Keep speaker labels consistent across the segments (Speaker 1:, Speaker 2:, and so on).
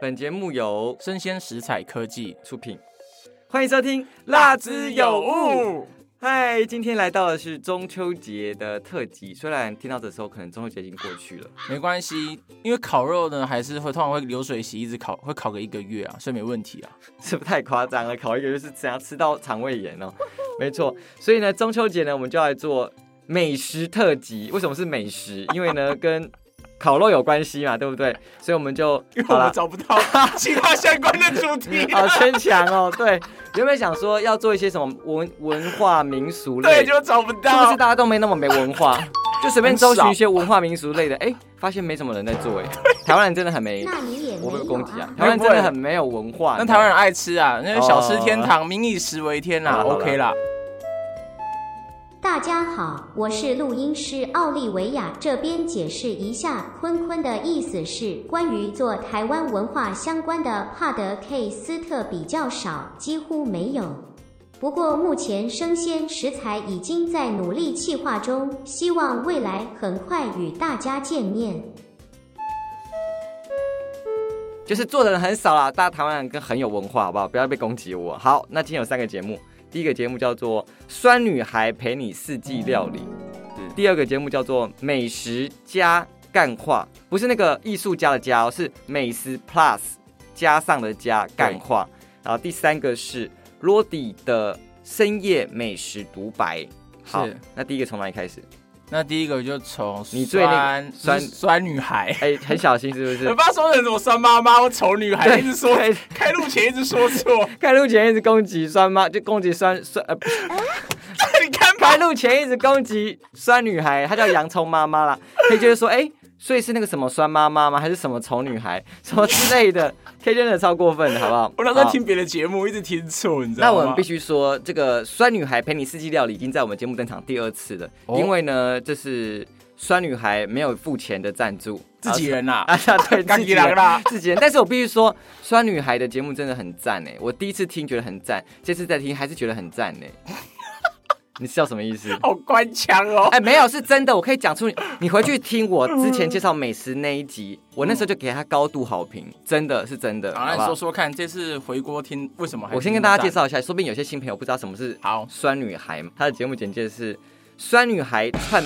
Speaker 1: 本节目由
Speaker 2: 生鲜食材科技，
Speaker 1: 出品，欢迎收听《辣之有物》。嗨，今天来到的是中秋节的特辑，虽然听到的时候可能中秋节已经过去了，
Speaker 2: 没关系，因为烤肉呢还是会通常会流水席，一直烤，会烤个一个月啊，所以没问 题啊。
Speaker 1: 是不是太夸张了？烤一个就是怎样吃到肠胃炎哦？没错，所以呢，中秋节呢，我们就要来做美食特辑。为什么是美食？因为呢，跟烤肉有关系嘛，对不对？所以我们就好了。
Speaker 2: 找不到其他相关的主 题
Speaker 1: 好牵强哦，对，原本想说要做一些什么文文化民俗类，
Speaker 2: 就找不
Speaker 1: 是不是大家都没那么没文 化？就随便搜
Speaker 2: 很
Speaker 1: 寻
Speaker 2: 少
Speaker 1: 一些文化民俗类的，哎、发现没什么人在做、 哎，台湾人真的很没，
Speaker 3: 那你也没
Speaker 1: 我被
Speaker 3: 有
Speaker 1: 攻击啊！
Speaker 2: 没有
Speaker 1: 台湾真的很没有文化。
Speaker 2: 那台湾人爱吃啊，那个小吃天
Speaker 1: 哦
Speaker 2: 堂，民以食为天哦啦
Speaker 1: 好啦好啦
Speaker 2: ，OK 啦。
Speaker 3: 大家好，我是录音师奥利维亚，这边解释一下，坤坤的意思是关于做台湾文化相关的帕德 K 斯特比较少，几乎没有。不过目前生鲜食材已经在努力企划中，希望未来很快与大家见面。
Speaker 1: 就是做的人很少啦，大家台湾人跟很有文化，好不好？不要被攻击我。好，那今天有三个节目，第一个节目叫做《酸女孩陪你四季料理》，
Speaker 2: 是
Speaker 1: 第二个节目叫做《美食加干话》，不是那个艺术家的家哦，是美食 Plus 加上的加干话。然后第三个是罗迪的深夜美食独白。好
Speaker 2: 是，
Speaker 1: 那第一个从哪里开始？
Speaker 2: 那第一个就从
Speaker 1: 你最那个
Speaker 2: 酸
Speaker 1: 酸
Speaker 2: 酸酸女孩，
Speaker 1: 哎、很小心是不是？
Speaker 2: 爸说人怎么酸妈妈，我丑女 孩，一直说
Speaker 1: 对
Speaker 2: 开路前一直说错，
Speaker 1: 开路前一直攻击酸妈，就攻击酸酸呃
Speaker 2: 你看
Speaker 1: 开路前一直攻击酸女孩，她叫洋葱妈妈啦。K 就是说，哎、所以是那个什么酸妈妈吗？还是什么丑女孩什么之类的？K 真的超过分的，好不好？好
Speaker 2: 别的节目，一直听错，你知
Speaker 1: 那我们必须说，这个酸女孩陪你四季料理已经在我们节目登场第二次了，
Speaker 2: 哦
Speaker 1: 因为呢，这是酸女孩没有付钱的赞助，
Speaker 2: 自己人呐，
Speaker 1: 啊，对，自
Speaker 2: 自
Speaker 1: 己
Speaker 2: 己
Speaker 1: 人
Speaker 2: 人啊啦，
Speaker 1: 自己人。但是我必须说，酸女孩的节目真的很赞哎，我第一次听觉得很赞，这次再听还是觉得很赞 哎。你笑什么意思？
Speaker 2: 好官腔哦。
Speaker 1: 哎，没有，是真的，我可以讲出你。你回去听我之前介绍美食那一集，我那时候就给他高度好评，真的是真的。
Speaker 2: 好，那
Speaker 1: 不
Speaker 2: 你说说看，这次回锅听为什么还？
Speaker 1: 我先跟大家介。绍一下，说不定有些新朋友不知道什么是
Speaker 2: 好，
Speaker 1: 酸女孩，她的节目简介是酸女孩串，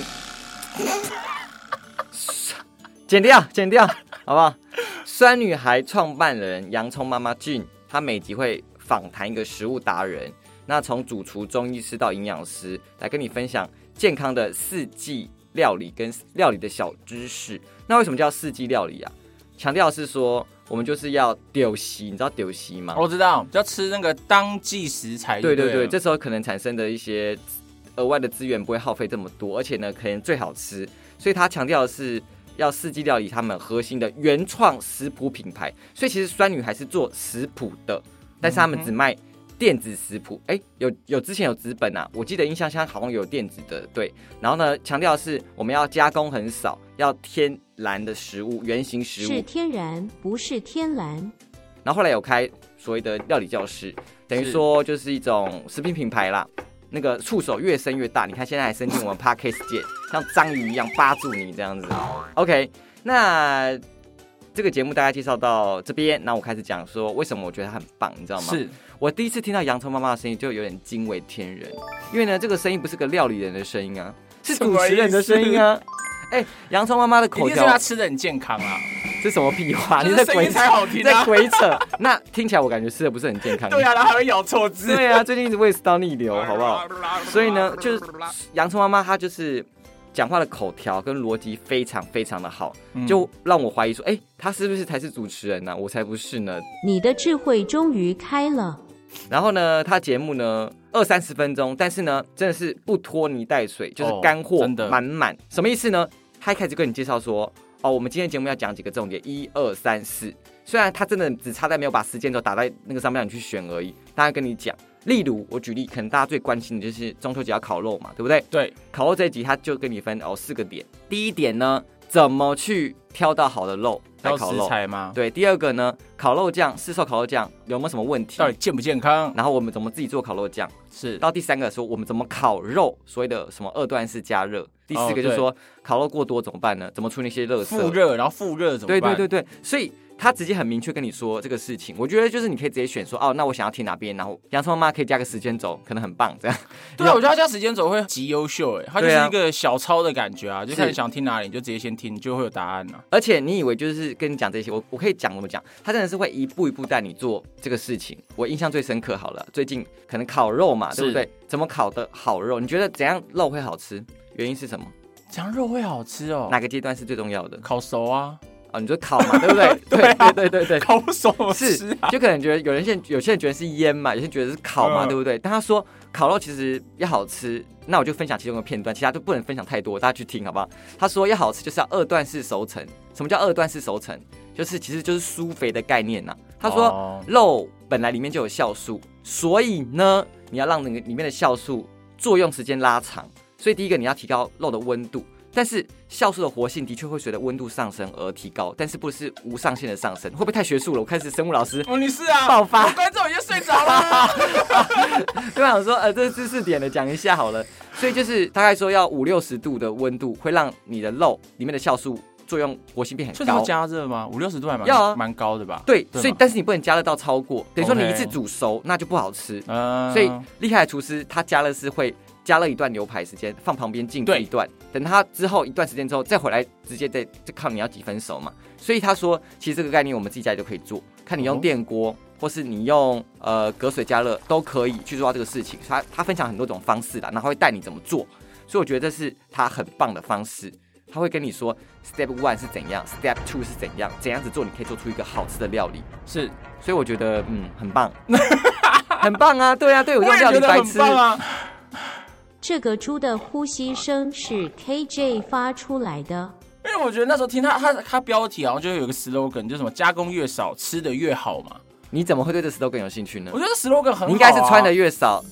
Speaker 1: 剪掉，剪掉，好不好？酸女孩创办人洋葱妈妈俊，她每集会访谈一个食物达人，那从主厨、中医师到营养师，来跟你分享健康的四季料理跟料理的小知识。那为什么叫四季料理啊？强调的是说，我们就是要丢席，你知道丢席吗？
Speaker 2: 我知道，就要吃那个当季食材就
Speaker 1: 对
Speaker 2: 了。
Speaker 1: 对对，这时候可能产生的一些额外的资源不会耗费这么多，而且呢，可能最好吃。所以他强调的是要四季料理他们核心的原创食谱品牌。所以其实酸女还是做食谱的，但是他们只卖电子食谱。哎、有有之前有纸本啊，我记得印象像好像有电子的，对。然后呢，强调的是我们要加工很少，要天然的食物，原型食物
Speaker 3: 是。天然，不是天然。
Speaker 1: 然后后来有开所谓的料理教室，等于
Speaker 2: 是
Speaker 1: 说就是一种食品品牌啦。那个触手越伸越大，你看现在还伸进我们 Parkes 界，像章鱼一样扒住你这样子。OK，那这个节目大概介绍到这边，那我开始讲说为什么我觉得它很棒，你知道吗？
Speaker 2: 是
Speaker 1: 我第一次听到洋葱妈妈的声音就有点惊为天人，因为呢，这个声音不是个料理人的声音啊，是主持人的声音啊。哎，洋葱妈妈的
Speaker 2: 一
Speaker 1: 口
Speaker 2: 定是
Speaker 1: 条
Speaker 2: 他吃的很健康啊，
Speaker 1: 这什么屁话？你
Speaker 2: 就
Speaker 1: 在
Speaker 2: 是声
Speaker 1: 鬼
Speaker 2: 音才好听
Speaker 1: 你在
Speaker 2: 啊。
Speaker 1: 鬼扯。 那听起来我感觉吃的不是很健康。
Speaker 2: 对啊，然后还会咬错字，
Speaker 1: 对啊，最近一直胃食道逆流，好不 好？？所以呢，就是洋葱妈妈她就是讲话的口条跟逻辑非常非常的好，
Speaker 2: 嗯
Speaker 1: 就让我怀疑说，哎、她是不是才是主持人呢、啊我才不是呢。
Speaker 3: 你的智慧终于开了。
Speaker 1: 然后呢，她节目呢二三十分钟，但是呢，真的是不拖泥带水，就是
Speaker 2: 哦
Speaker 1: 干货
Speaker 2: 真的
Speaker 1: 满满。什么意思呢？她一开始跟你介绍说，哦，我们今天节目要讲几个重点，一二三四。虽然他真的只差在没有把时间轴打在那个上面让你去选而已，但他跟你讲，例如我举例，可能大家最关心的就是中秋节要烤肉嘛，对不对？
Speaker 2: 对，
Speaker 1: 烤肉这一集他就跟你分哦四个点，第一点呢，怎么去挑到好的肉来
Speaker 2: 要
Speaker 1: 烤
Speaker 2: 食
Speaker 1: 肉，
Speaker 2: 材吗？
Speaker 1: 对，第二个呢，烤肉酱市售烤肉酱有没有什么问题
Speaker 2: 到？底健不健康？
Speaker 1: 然后我们怎么自己做烤肉酱？
Speaker 2: 是
Speaker 1: 到第三个说我们怎么烤肉，所谓的什么二段式加热。第四
Speaker 2: 哦
Speaker 1: 个就
Speaker 2: 对
Speaker 1: 说、烤肉过多怎么办呢？怎么处理那些热色？
Speaker 2: 复热，然后复热怎么
Speaker 1: 对
Speaker 2: 办？
Speaker 1: 对对对，所以他直接很明确跟你说这个事情，我觉得就是你可以直接选说，哦，那我想要听哪边，然后洋葱妈妈可以加个时间轴，可能很棒，这样。
Speaker 2: 对啊，我觉得他加时间轴会极优秀哎，他就
Speaker 1: 对
Speaker 2: 是
Speaker 1: 啊
Speaker 2: 一个小抄的感觉啊，就看你
Speaker 1: 是
Speaker 2: 想听哪里，你就直接先听，你就会有答案了、啊。
Speaker 1: 而且你以为就是跟你讲这些，我我可以讲怎么讲，他真的是会一步一步带你做这个事情。我印象最深刻好了，最近可能烤肉嘛，
Speaker 2: 是
Speaker 1: 对不对？怎么烤的好肉？你觉得怎样肉会好吃？原因是什么？
Speaker 2: 这样肉会好吃哦，
Speaker 1: 哪个阶段是最重要的？
Speaker 2: 烤熟啊，
Speaker 1: 啊，你说烤嘛，对不 对？
Speaker 2: 对啊
Speaker 1: 对对对对，
Speaker 2: 烤不熟我吃
Speaker 1: 是
Speaker 2: 啊，，
Speaker 1: 就可能觉得有人现有些人觉得是腌嘛，有些人觉得是烤嘛，
Speaker 2: 嗯
Speaker 1: 对不对？但他说烤肉其实要好吃，那我就分享其中的片段，其他就不能分享太多，大家去听好不好？他说要好吃就是要二段式熟成，什么叫二段式熟成？就是其实就是酥肥的概念呐、他说、
Speaker 2: 哦
Speaker 1: 肉本来里面就有酵素，所以呢，你要让那个里面的酵素作用时间拉长。所以第一个你要提高肉的温度，但是酵素的活性的确会随着温度上升而提高，但是不是无上限的上升？会不会太学术了？我开始生物老师
Speaker 2: 哦你是啊，
Speaker 1: 爆发
Speaker 2: 我观众已经睡 着了，
Speaker 1: 对吧？我说呃，这是知识点的讲一下好了。所以就是大概说要五六十度的温度，会让你的肉里面的酵素作用活性变很
Speaker 2: 所以它
Speaker 1: 高
Speaker 2: 要。加热吗？五六十度还蛮
Speaker 1: 要啊
Speaker 2: 蛮高的吧？
Speaker 1: 对，
Speaker 2: 对
Speaker 1: 所以
Speaker 2: 嘛
Speaker 1: 但是你不能加热到超过，等于说你一
Speaker 2: OK
Speaker 1: 次煮熟那就不好吃。
Speaker 2: 嗯
Speaker 1: 所以厉害的厨师他加热是会加热一段牛排时间，放旁边静置
Speaker 2: 对
Speaker 1: 一段，等他之后一段时间之后再回来，直接再再看你要几分熟嘛。所以他说，其实这个概念我们自己家里就可以做，看你
Speaker 2: 哦
Speaker 1: 用电锅。或是你用呃隔水加热都可以去做到这个事情，他他分享很多种方式啦，然后会带你怎么做，所以我觉得这是他很棒的方式，他会跟你说 step one 是怎样，step two 是怎样，怎样子做你可以做出一个好吃的料理，
Speaker 2: 是
Speaker 1: 所以我觉得嗯很棒，很棒啊，对啊，对我
Speaker 2: 我
Speaker 1: 这种料
Speaker 2: 也觉
Speaker 1: 理
Speaker 2: 得
Speaker 1: 白
Speaker 2: 很
Speaker 1: 痴，
Speaker 2: 棒啊，
Speaker 3: 这个猪的呼吸声是 KJ 发出来的。
Speaker 2: 因为我觉得那时候听他他他标题好像就有一个 slogan，就什么加工越少吃的越好嘛。
Speaker 1: 你怎么会对这 slogan 有兴趣呢
Speaker 2: 我？觉得 slogan 很好啊、
Speaker 1: 你应该是穿的越少，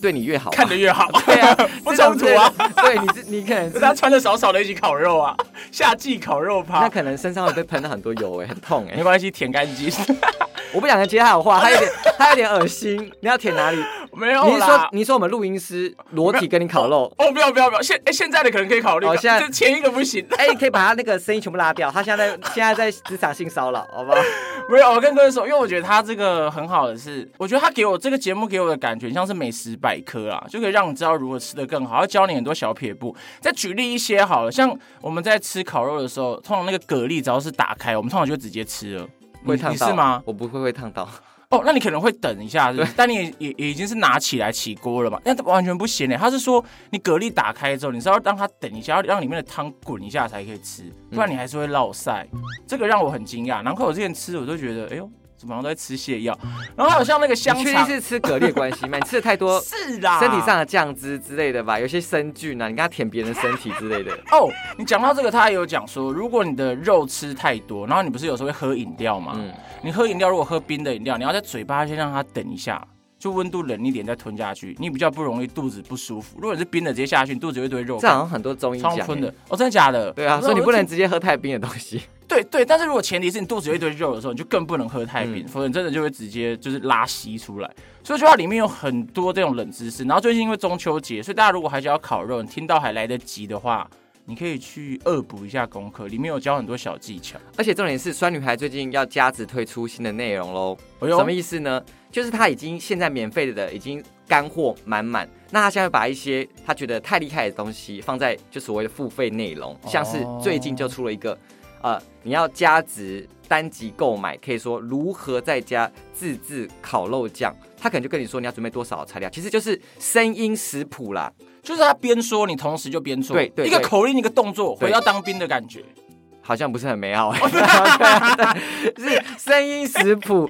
Speaker 1: 对你越好吧。
Speaker 2: 看的越好，，
Speaker 1: 对啊
Speaker 2: 不冲突啊。
Speaker 1: 这种对，你是你可能是
Speaker 2: 可 是他穿的少少的一起烤肉啊，夏季烤肉
Speaker 1: 那
Speaker 2: 趴，
Speaker 1: 可能身上会被喷了很多油哎、很痛哎、
Speaker 2: 没关系，舔干 净，
Speaker 1: 我不想再接他的话，他有 点他有点恶心。你要舔哪里？
Speaker 2: 没有
Speaker 1: 你是说
Speaker 2: 啦。
Speaker 1: 你说我们录音师裸体跟你烤肉？
Speaker 2: 哦，不要不要不要，现哎、现在的可能可以考虑，
Speaker 1: 哦现在
Speaker 2: 这前一个不行。
Speaker 1: 哎、你可以把他那个声音全部拉掉。他现在在现在在职场性骚扰，好不好？
Speaker 2: 没有，我跟各位说，因为我觉得他这个很好的是，我觉得他给我这个节目给我的感觉像是美食百科啊，就可以让你知道如何吃得更好，要教你很多小撇步。再举例一些好了，像我们在吃烤肉的时候，通常那个蛤蜊只要是打开，我们通常就直接吃了。
Speaker 1: 会
Speaker 2: 你
Speaker 1: 烫
Speaker 2: 你
Speaker 1: 到
Speaker 2: 是吗？
Speaker 1: 我不会会烫到。
Speaker 2: 哦，那你可能会等一下是不是但你也也也已经是拿起来起锅了嘛？那完全不行嘞。他是说你蛤蜊打开之后，你是要让它等一下，要让里面的汤滚一下才可以吃，
Speaker 1: 嗯
Speaker 2: 不然你还是会落塞。这个让我很惊讶，难怪我之前吃我都觉得，哎呦，怎么好像都在吃泻药？然后还有像那个香
Speaker 1: 你确定
Speaker 2: 肠，
Speaker 1: 是吃蛤蜊的关系吗？你吃的太 多
Speaker 2: 是啦，
Speaker 1: 身体上的酱汁之类的吧，有些生菌啊，你跟他舔别人的身体之类的。
Speaker 2: 哦，你讲到这个，他也有讲说，如果你的肉吃太多，然后你不是有时候会喝饮料嘛？
Speaker 1: 嗯
Speaker 2: 你喝饮料，如果喝冰的饮料，你要在嘴巴先让它等一下，就温度冷一点再吞下去，你比较不容易肚子不舒服。如果你是冰的直接下去，你肚子有一堆肉
Speaker 1: 这。好像很多中医
Speaker 2: 超
Speaker 1: 讲、
Speaker 2: 吞
Speaker 1: 欸。
Speaker 2: 的哦，真的假的？
Speaker 1: 对啊，
Speaker 2: 那
Speaker 1: 所以你
Speaker 2: 我
Speaker 1: 不能
Speaker 2: 就
Speaker 1: 直接喝太冰的东西。
Speaker 2: 对对，但是如果前提是你肚子有一堆肉的时候，你就更不能喝太冰，
Speaker 1: 嗯
Speaker 2: 否则你真的就会直接就是拉稀出来。所以说它里面有很多这种冷知识。然后最近因为中秋节，所以大家如果还想要烤肉，你听到还来得及的话，你可以去恶补一下功课，里面有教很多小技巧。
Speaker 1: 而且重点是，酸女孩最近要加值推出新的内容喽。
Speaker 2: 哎
Speaker 1: 什么意思呢？就是她已经现在免费的已经干货满满，那她现在把一些她觉得太厉害的东西放在就所谓的付费内容，像是最近就出了一个，呃，你要加值单集购买，可以说如何在家自制烤肉酱，她可能就跟你说你要准备多少材料，其实就是声音食谱啦。
Speaker 2: 就是他边说，你同时就边做，
Speaker 1: 对对
Speaker 2: 一个
Speaker 1: 对
Speaker 2: 口令，一个动作，
Speaker 1: 对
Speaker 2: 回到当兵的感觉。
Speaker 1: 好像不是很美 好、 欸，对啊对是声音食谱。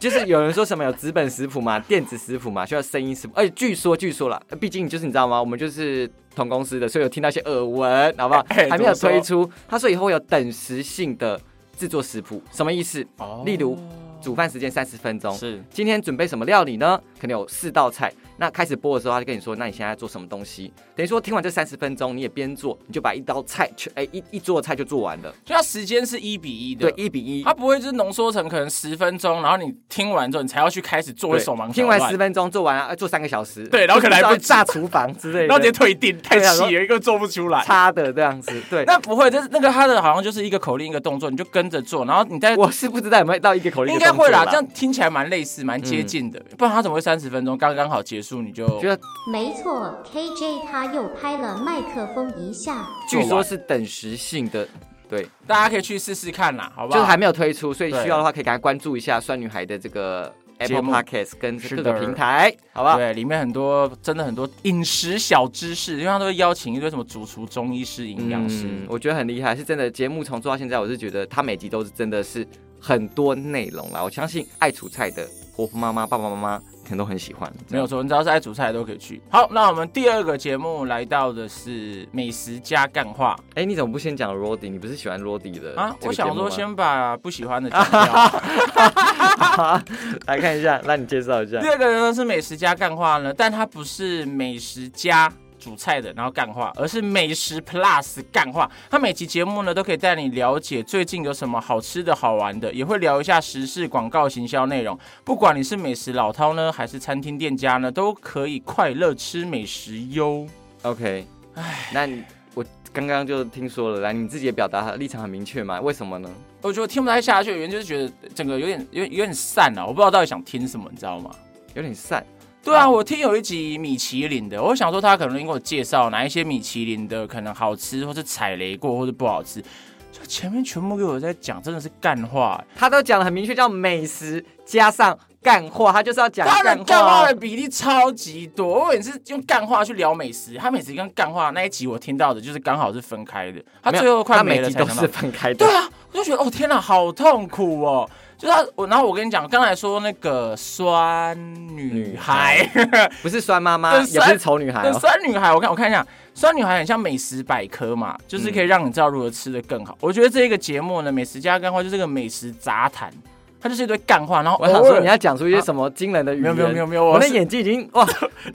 Speaker 1: 就是有人说什么有纸本食谱嘛，电子食谱嘛，需要声音食谱。而且据说据说啦，呃毕竟就是你知道吗？我们就是同公司的，所以有听到一些耳闻，好不好？
Speaker 2: 哎
Speaker 1: 还没有
Speaker 2: 怎么说
Speaker 1: 推出。他说以后会有等时性的制作食谱，什么意思？
Speaker 2: 哦
Speaker 1: 例如煮饭时间三十分钟，
Speaker 2: 是
Speaker 1: 今天准备什么料理呢？可可能有四道菜。那开始播的时候，他就跟你说，那你现在要做什么东西？等于说听完这三十分钟，你也边做，你就把一道菜全哎、一一桌的菜就做完了，
Speaker 2: 就它时间是一比一的，
Speaker 1: 对，一比一。
Speaker 2: 它不会就是浓缩成可能十分钟，然后你听完之后你才要去开始做会
Speaker 1: 对
Speaker 2: 手忙脚
Speaker 1: 听完
Speaker 2: 乱
Speaker 1: 十，分钟做完啊，做三个小时，
Speaker 2: 对然后可能还 不
Speaker 1: 就是大厨房之类的，
Speaker 2: 然后直接退订，太
Speaker 1: 对啊然后
Speaker 2: 气了，一个做不出来。
Speaker 1: 擦的这样 子，对。
Speaker 2: 那不会，这是那个他的好像就是一个口令一个动作，你就跟着做，然后你再
Speaker 1: 我是不知道有没有到一个口令
Speaker 2: 应
Speaker 1: 的
Speaker 2: 该
Speaker 1: 动
Speaker 2: 会
Speaker 1: 作啦，嗯
Speaker 2: 啦，这样听起来蛮类似、蛮接近的，不然他怎么会三十分钟刚刚好结束你就？
Speaker 1: 觉得
Speaker 3: 没错，KJ 他又拍了麦克风一下。
Speaker 2: 做
Speaker 1: 据
Speaker 2: 完
Speaker 1: 说是等时性的，对，
Speaker 2: 大家可以去试试看啦，好不
Speaker 1: 就
Speaker 2: 好？
Speaker 1: 是还没有推出，所以
Speaker 2: 对
Speaker 1: 需要的话可以赶快关注一下酸女孩的这个
Speaker 2: 节
Speaker 1: Apple
Speaker 2: 目
Speaker 1: Podcast 跟
Speaker 2: 是
Speaker 1: 各
Speaker 2: 的
Speaker 1: 个平台，好不好？
Speaker 2: 对，里面很多真的很多饮食小知识，因为他都会邀请一堆什么主厨、中医师、营养师。
Speaker 1: 嗯，我觉得很厉害，是真的。节目从做到现在，我是觉得他每集都是真的是很多内容啦。我相信爱煮菜的婆婆妈妈、爸爸妈妈可能都很喜欢。
Speaker 2: 没有错，你只要是爱煮菜的都可以去。好，那我们第二个节目来到的是美食加干话
Speaker 1: 哎、你怎么不先讲 Roddy？你不是喜欢 Roddy 的
Speaker 2: 啊！
Speaker 1: 呃这个
Speaker 2: 我
Speaker 1: 节
Speaker 2: 想
Speaker 1: 目
Speaker 2: 说
Speaker 1: 吗
Speaker 2: 先把不喜 欢的讲掉。
Speaker 1: 来看一下，让你介绍 一下
Speaker 2: 第。二个呢是美食加干话呢，但它不是美食加煮菜的，然后干话，而是美食 Plus 干话。它每期节目呢都可以带你了解最近有什么好吃的好玩的，也会聊一下时事、广告、行销内容。不管你是美食老饕呢，还是餐厅店家呢，都可以快乐吃美食哟。
Speaker 1: OK，哎，那你我刚刚就听说了，来你自己也表达立场很明确嘛？为什么呢？
Speaker 2: 我觉得我听不太下去，原因就是觉得整个有点、有点、有点散了、我不知道到底想听什么，你知道吗？
Speaker 1: 有点散，
Speaker 2: 对啊，我听有一集米其林的，我想说他可能给我介绍哪一些米其林的可能好吃，或是踩雷过，或是不好吃。就前面全部给我在讲，真的是干话、
Speaker 1: 他都讲的很明确，叫美食加上干话，他就是要讲
Speaker 2: 他
Speaker 1: 干
Speaker 2: 的干
Speaker 1: 话
Speaker 2: 话的。比例超级多。我也是用干话去聊美食，他美食跟干话那一集我听到的就是刚好是分开的，他
Speaker 1: 没有
Speaker 2: 最后快
Speaker 1: 他
Speaker 2: 没
Speaker 1: 每
Speaker 2: 了
Speaker 1: 集
Speaker 2: 才
Speaker 1: 都
Speaker 2: 讲到
Speaker 1: 是。分开的
Speaker 2: 对。啊，我就觉得哦天哪，好痛苦哦。就是他，我然后我跟你讲，刚才说那个酸女
Speaker 1: 女
Speaker 2: 孩
Speaker 1: 孩，不是酸妈妈，
Speaker 2: 跟
Speaker 1: 也
Speaker 2: 酸
Speaker 1: 不是丑女孩
Speaker 2: 对，
Speaker 1: 哦。
Speaker 2: 酸女孩，我看我看一下，酸女孩很像美食百科嘛，就是
Speaker 1: 嗯
Speaker 2: 可以让你知道如何吃的更好。我觉得这个节目呢，美食家干话就是个美食杂谈，它就是一堆干话，然后
Speaker 1: 我想
Speaker 2: 偶尔
Speaker 1: 说你要讲出一些什么惊人的语
Speaker 2: 没有
Speaker 1: 言，
Speaker 2: 没有没有没有，
Speaker 1: 我
Speaker 2: 我
Speaker 1: 的
Speaker 2: 是
Speaker 1: 眼睛已经 哇，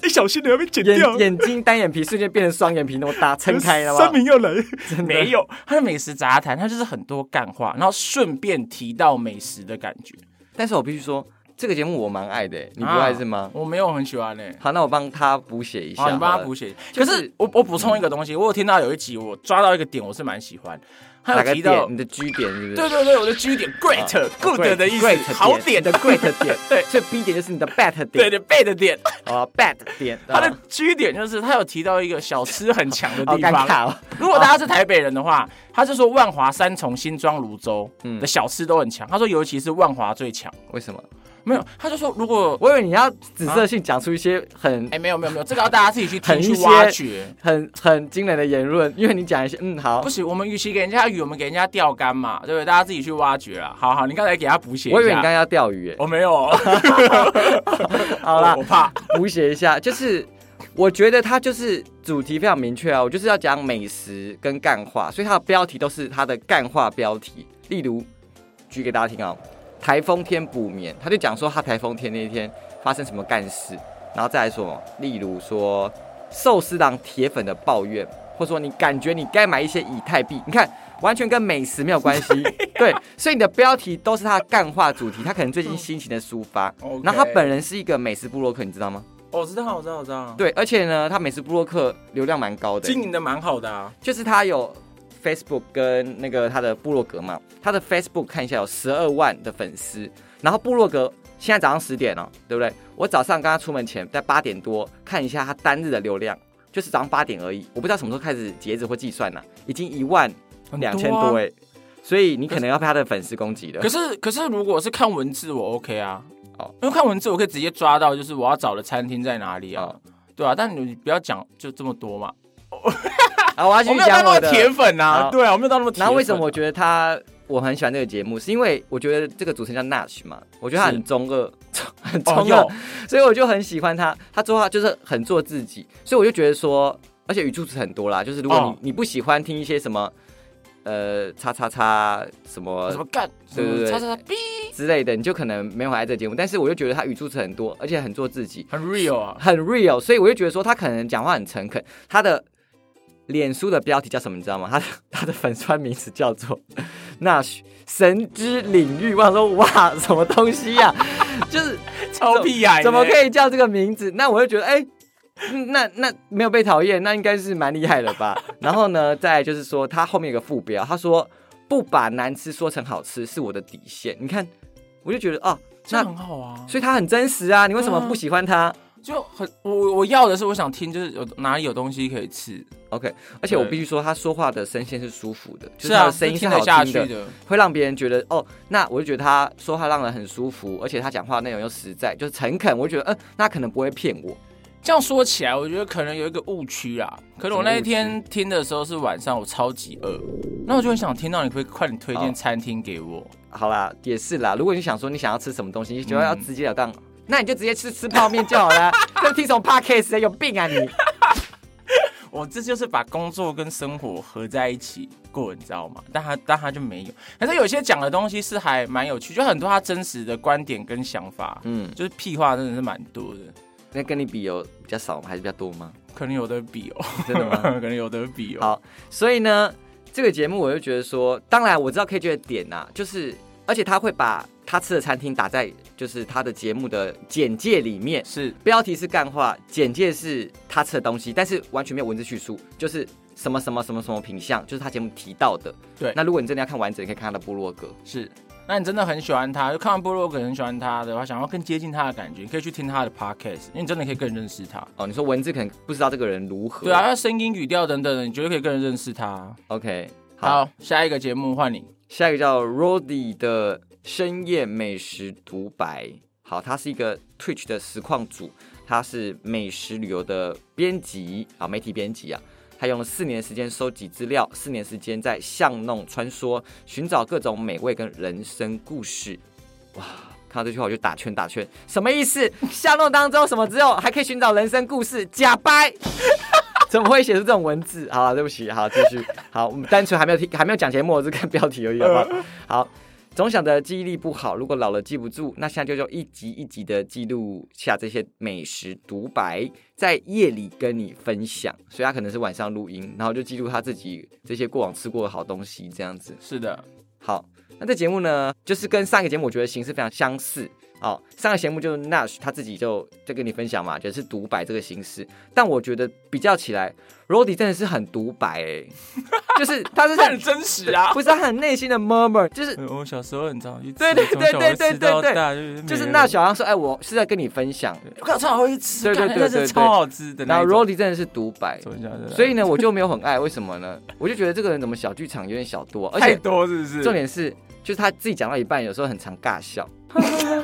Speaker 2: 你小心点，要被剪
Speaker 1: 眼眼睛单眼皮瞬间变成双眼皮那么大，撑开 了吗？
Speaker 2: 明要来，
Speaker 1: 的
Speaker 2: 没有，它的美食杂谈，它就是很多干话，然后顺便提到美食的感觉。
Speaker 1: 但是我必须说，这个节目我蛮爱的，你不爱是吗
Speaker 2: 啊？我没有很喜欢呢、
Speaker 1: 好，那我帮他补写一下好
Speaker 2: 好，
Speaker 1: 了。
Speaker 2: 哦你帮他补写。
Speaker 1: 就
Speaker 2: 可
Speaker 1: 是
Speaker 2: 是我我补充一个东西，我有听到有一集我抓到一个点，我是蛮喜欢，他
Speaker 1: 哪个
Speaker 2: 有提到
Speaker 1: 点？你的 G 点是不是？
Speaker 2: 对对对，我的 G 点 great、good 的意思
Speaker 1: 啊 Great 点
Speaker 2: 好点
Speaker 1: 你的 great 点，
Speaker 2: 对
Speaker 1: 所以 B 点就是你的 bad 点，
Speaker 2: 对对 bad 点，
Speaker 1: 啊 bad 点，
Speaker 2: 它的
Speaker 1: 啊
Speaker 2: G 点就是它有提到一个小吃很强的
Speaker 1: 好
Speaker 2: 地
Speaker 1: 尴
Speaker 2: 方。
Speaker 1: 尬哦。
Speaker 2: 如果大家是台北人的话，他是说万华、三重、新庄、泸州
Speaker 1: 嗯
Speaker 2: 的小吃都很强。他说尤其是万华最强，
Speaker 1: 为什么？
Speaker 2: 没有，他就说如果
Speaker 1: 我以为你要紫色性讲出一些很
Speaker 2: 哎没有没有没有，这个要大家自己去听
Speaker 1: 很
Speaker 2: 去
Speaker 1: 一些
Speaker 2: 挖掘。
Speaker 1: 很很惊人的言论，因为你讲一些嗯好
Speaker 2: 不，行，我们与其给人家鱼，我们给人家钓竿嘛，对不对？大家自己去挖掘啊。好好，你刚才给他补写一下。
Speaker 1: 我
Speaker 2: 哦
Speaker 1: 以为你刚刚要钓鱼耶，
Speaker 2: 我没有，
Speaker 1: 好啦
Speaker 2: 我，怕。
Speaker 1: 补写一下，就是我觉得它就是主题非常明确啊，我就是要讲美食跟干话，所以它的标题都是它的干话标题。例如，举给大家听啊，台风天补眠，他就讲说他台风天那一天发生什么干事，然后再来说，例如说寿司郎铁粉的抱怨，或者说你感觉你该买一些以太币，你看。完全跟美食没有关系，对，所以你的标题都是他的干话主题，他可能最近心情的抒发。
Speaker 2: OK
Speaker 1: 然后他本人是一个美食部落客，你知道吗？
Speaker 2: 哦我知道，我知道，我知道。
Speaker 1: 对，而且呢，他美食部落客流量蛮高的，
Speaker 2: 经营的蛮好的啊。
Speaker 1: 就是他有 Facebook 跟那个他的部落格嘛，他的 Facebook 看一下有十二万的粉丝，然后部落格现在早上十点哦，对不对？我早上刚刚出门前在八点多看一下他单日的流量，就是早上八点而已，我不知道什么时候开始截止或计算啦、已经一万
Speaker 2: 很多啊
Speaker 1: 两千多哎、所以你可能要被他的粉丝攻击的
Speaker 2: 可。是可是，如果是看文字，我 OK 啊。
Speaker 1: 哦
Speaker 2: 因为看文字我可以直接抓到，就是我要找的餐厅在哪里啊，
Speaker 1: 哦
Speaker 2: 对啊，但你不要讲就这么多嘛。
Speaker 1: 啊，我要继
Speaker 2: 我
Speaker 1: 续
Speaker 2: 没有到
Speaker 1: 讲
Speaker 2: 那
Speaker 1: 我
Speaker 2: 么
Speaker 1: 的。
Speaker 2: 铁粉啊，
Speaker 1: 好
Speaker 2: 对啊，我没有到那么铁粉啊。
Speaker 1: 然后为什么我觉得他我很喜欢这个节目，是因为我觉得这个主持人叫 Nash 嘛，我觉得他
Speaker 2: 是
Speaker 1: 很中二， 很
Speaker 2: 哦
Speaker 1: 中
Speaker 2: 有
Speaker 1: 二，所以我就很喜欢他。他做话就是很做自己，所以我就觉得说，而且语助词很多啦，就是如果你、
Speaker 2: 哦
Speaker 1: 你不喜欢听一些什么。呃叉叉叉什么
Speaker 2: 什么干，
Speaker 1: 对对对
Speaker 2: 叉叉叉哔，
Speaker 1: 之类的，你就可能没有很爱这个节目。但是我就觉得他语助词很多，而且很做自己，
Speaker 2: 很 real 啊，
Speaker 1: 很 real，所以我就觉得说他可能讲话很诚恳。他的脸书的标题叫什么？你知道吗？他的他的粉酸名词叫做“那神之领域”。我想说，哇，什么东西呀、就是
Speaker 2: 超屁啊欸孩，
Speaker 1: 怎么可
Speaker 2: 以？
Speaker 1: 以叫这个名字？那我就觉得，哎、嗯那那没有被讨厌，那应该是蛮厉害的吧。然后呢，再来就是说，他后面有个副标，他说不把难吃说成好吃是我的底线。你看，我就觉得哦，
Speaker 2: 这
Speaker 1: 那
Speaker 2: 样很好啊，
Speaker 1: 所以他很真实啊，你为什么
Speaker 2: 对啊
Speaker 1: 不喜欢他
Speaker 2: 就很我我要的是我想听，就是有哪里有东西可以吃，
Speaker 1: ？OK，而且我
Speaker 2: 对
Speaker 1: 必须说，他说话的声线是舒服的，就是
Speaker 2: 是
Speaker 1: 他
Speaker 2: 啊，
Speaker 1: 的声音是
Speaker 2: 是听
Speaker 1: 好
Speaker 2: 得下去
Speaker 1: 听的，
Speaker 2: 的，
Speaker 1: 会让别人觉得哦，那我就觉得他说话让人很舒服，而且他讲话内容又实在，就是诚恳，我就觉得嗯，那他可能不会骗我。
Speaker 2: 这样说起来，我觉得可能有一个误区啦。可能我那一天听的时候是晚上，我超级饿，那我就很想听到你可不可以快点推
Speaker 1: 好
Speaker 2: 荐餐厅给我。
Speaker 1: 好啦，也是啦。如果你想说你想要吃什么东西，你
Speaker 2: 嗯
Speaker 1: 就要直截了当，那你就直接吃吃泡面就好 了。这听什么 podcast 啊有病啊你？
Speaker 2: 我这就是把工作跟生活合在一起过，你知道吗？但他但他就没有，可是有些讲的东西是还蛮有趣，就很多他真实的观点跟想法，
Speaker 1: 嗯，
Speaker 2: 就是屁话真的是蛮多的，
Speaker 1: 那跟你比有比较少吗？还是比较多吗？
Speaker 2: 可能有的比哦，
Speaker 1: 真的吗？
Speaker 2: 可能有的比哦。
Speaker 1: 好所以呢，这个节目我就觉得说，当然我知道 KJ 的点啊，就是而且他会把他吃的餐厅打在就是他的节目的简介里面，
Speaker 2: 是
Speaker 1: 标题是干话，简介是他吃的东西，但是完全没有文字叙述，就是什么什么什么什么品相，就是他节目提到的。
Speaker 2: 对
Speaker 1: 那如果你真的要看完整，你可以看他的部落格。
Speaker 2: 是，那你真的很喜欢他，就看完部落格很喜欢他的话，想要更接近他的感觉，你可以去听他的 podcast，因为你真的可以更认识他。
Speaker 1: 哦，你说文字可能不知道这个人如何。
Speaker 2: 对啊，他声音、语调等等的，你觉得可以更认识他。
Speaker 1: ，OK，好，
Speaker 2: 好，下一个节目换你。
Speaker 1: 下一个叫 Roddy 的深夜美食独白。好，他是一个 Twitch 的实况主，他是美食旅游的编辑啊，媒体编辑啊。他用了四年的时间收集资料，四年时间在巷弄穿梭，寻找各种美味跟人生故事。哇，看到这句话我就打圈打圈，什么意思？巷弄当中什么之后还可以寻找人生故事？假掰！ 怎么会写出这种文字？好了，对不起，好，继续，好，我们单纯还没有听，还没有讲节目，我只看标题而已，好不好？好，总想着记忆力不好，如果老了记不住，那现在就用一集一集的记录下这些美食独白，在夜里跟你分享。所以他可能是晚上录音，然后就记录他自己这些过往吃过的好东西，这样子。
Speaker 2: 是的，
Speaker 1: 好，那这节目呢，就是跟上一个节目我觉得形式非常相似。哦，上个节目就是 Nash 他自己就就跟你分享嘛，就是独白这个形式。但我觉得比较起来，Rody 真的是很独白、欸，就是他 是
Speaker 2: 这很真实啊。
Speaker 1: 不是他很内心的 murmur，就是
Speaker 2: 呃我小时候很常去吃，
Speaker 1: 对对
Speaker 2: 从小
Speaker 1: 对对
Speaker 2: 吃
Speaker 1: 对
Speaker 2: 到
Speaker 1: 对
Speaker 2: 大，就是
Speaker 1: 就是
Speaker 2: 每
Speaker 1: 那
Speaker 2: 人
Speaker 1: 小杨说，哎、我是在跟你分享。
Speaker 2: 我靠，超好一吃，
Speaker 1: 对对
Speaker 2: 干
Speaker 1: 对
Speaker 2: 那
Speaker 1: 对
Speaker 2: 是超好吃的
Speaker 1: 然
Speaker 2: 那
Speaker 1: 后
Speaker 2: 一种。
Speaker 1: Rody 真的是独白，
Speaker 2: 走一下
Speaker 1: 所以呢，我就没有很爱，为什么呢？我就觉得这个人怎么小剧场有点小多，而
Speaker 2: 太
Speaker 1: 且
Speaker 2: 多是不是？
Speaker 1: 重点是，就是他自己讲到一半，有时候很常尬 笑。我想